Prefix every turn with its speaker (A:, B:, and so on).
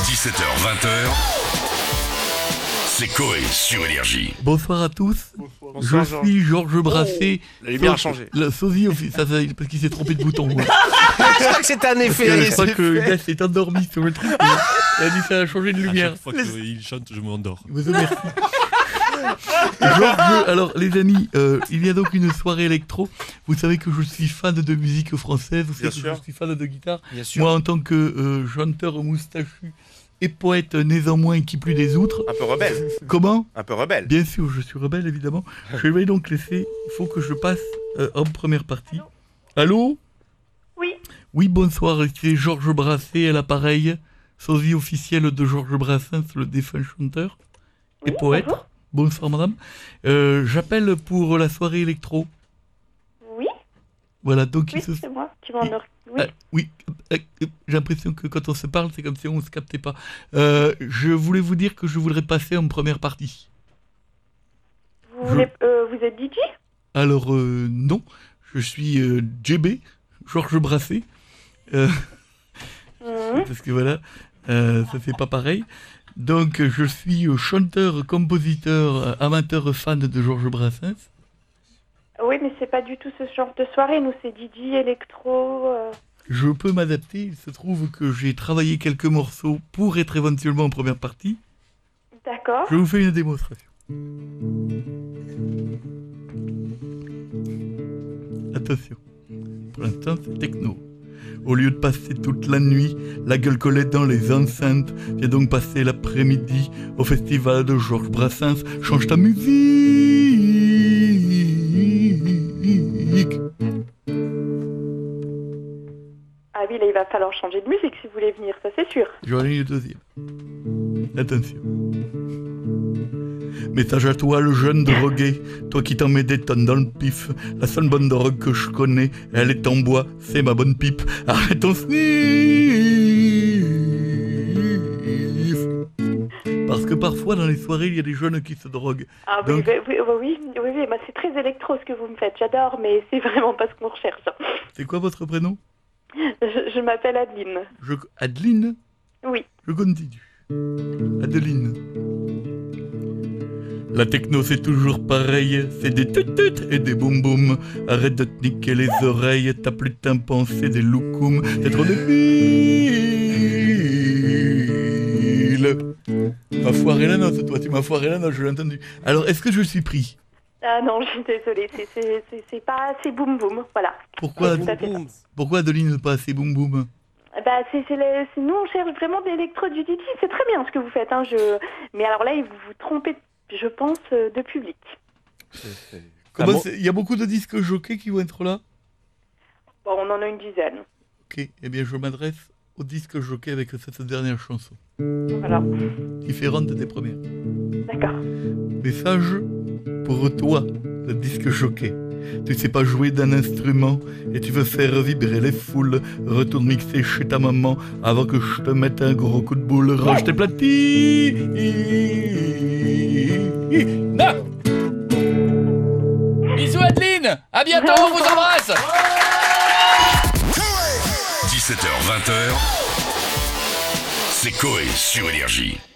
A: 17h20h, c'est Coé sur Énergie.
B: Bonsoir à tous.
C: Bonsoir,
B: je
C: Georges.
B: suis Georges Brasset.
C: La lumière a
B: Sosie-
C: changé.
B: Le sosie offi- ça, ça, parce qu'il s'est trompé de bouton. moi.
C: Je crois que c'était un
B: Parce que
C: effet.
B: je crois que le gars s'est endormi sur le truc. et Il a dit ça a changé de
C: Ah,
D: À
B: lumière.
D: chaque fois qu'il chante, je m'endors.
B: Vous remercie. Georges, alors les amis, euh, il y a donc une soirée électro. Vous savez que je suis fan de musique française, vous savez
C: Bien
B: que
C: sûr.
B: je suis fan de guitare.
C: Bien sûr.
B: Moi, en tant que euh, chanteur moustachu et poète néanmoins qui plus des outres,
C: Un peu rebelle.
B: comment
C: Un peu rebelle.
B: Bien sûr, je suis rebelle, évidemment. Je vais donc laisser. Il faut que je passe euh, en première partie. Allô
E: Oui.
B: Oui, bonsoir. C'est Georges Brasset à l'appareil, sosie officiel de Georges Brassens, le défunt chanteur et
E: Oui,
B: poète.
E: bonjour.
B: Bonsoir, madame. Euh, J'appelle pour la soirée électro.
E: Oui,
B: Voilà, donc il
E: oui,
B: se-
E: c'est moi. Tu m'en aurais- Oui.
B: Ah, oui, euh, euh, j'ai l'impression que quand on se parle, c'est comme si on ne se captait pas. Euh, je voulais vous dire que je voudrais passer en première partie.
E: Vous, voulez- euh, vous êtes DJ
B: Alors, euh, non, je suis euh, JB, Georges Brasset,
E: Mhm.
B: parce que voilà, euh, ça fait pas pareil. Donc, euh, je suis euh, chanteur, compositeur, euh, amateur, fan de Georges Brassens.
E: Oui, mais c'est pas du tout ce genre de soirée. Nous, c'est DJ, électro. euh,
B: Je peux m'adapter, il se trouve que j'ai travaillé quelques morceaux pour être éventuellement en première partie.
E: D'accord.
B: Je vous fais une démonstration. Attention, pour l'instant c'est techno. Au lieu de passer toute la nuit, la gueule collée dans les enceintes, viens donc passer l'après-midi au festival de Georges Brassens. Change ta musique.
E: Ah oui, là, il va falloir changer de musique si vous voulez venir, ça c'est sûr.
B: J'en ai une deuxième. Attention. Message à toi, le jeune drogué, toi qui t'en mets des tonnes dans le pif. La seule bonne drogue que je connais, elle est en bois, c'est ma bonne pipe. Arrête ton sniff. Parce que parfois dans les soirées, il y a des jeunes qui se droguent.
E: Ah oui,
B: Donc-
E: oui, oui, oui, oui, oui, oui, bah, c'est très électro ce que vous me faites. J'adore, mais c'est vraiment pas ce qu'on recherche. hein.
B: C'est quoi votre prénom
E: Je, je m'appelle Adeline.
B: je... Adeline
E: Oui.
B: Je continue. Adeline. La techno c'est toujours pareil, c'est des tut-tut et des boum boum. Arrête de te niquer les oreilles, t'as plus de tympan, c'est des loukoum, t'es trop débile. Tu m'as foiré la note, toi, tu m'as foiré la note, je l'ai entendu. Alors est-ce que je suis pris
E: Ah non, je suis désolée. C'est- C'est c'est- c'est pas assez boum boum. Voilà.
B: Pourquoi,
E: Tout à fait.
B: pourquoi Adeline ne pas assez boum boum
E: Bah, c'est, c'est les- c'est- nous, on cherche vraiment des électro du DJ. C'est très bien ce que vous faites. Hein, je... Mais alors là, vous vous trompez, je pense, euh, de public.
B: Comment
C: bon
B: c'est- Il y a beaucoup de disques jockeys qui vont être là
E: Bon, on en a une dizaine.
B: Ok, eh bien je m'adresse au disque jockey avec cette dernière chanson,
E: Voilà.
B: différente des premières.
E: D'accord.
B: Message pour toi, le disque jockey. Tu sais pas jouer d'un instrument et tu veux faire vibrer les foules. Retourne mixer chez ta maman avant que je te mette un gros coup de boule. Range tes platines.
F: Bisous Adeline, à bientôt, on vous embrasse
A: 17h20h, c'est Coé sur Énergie.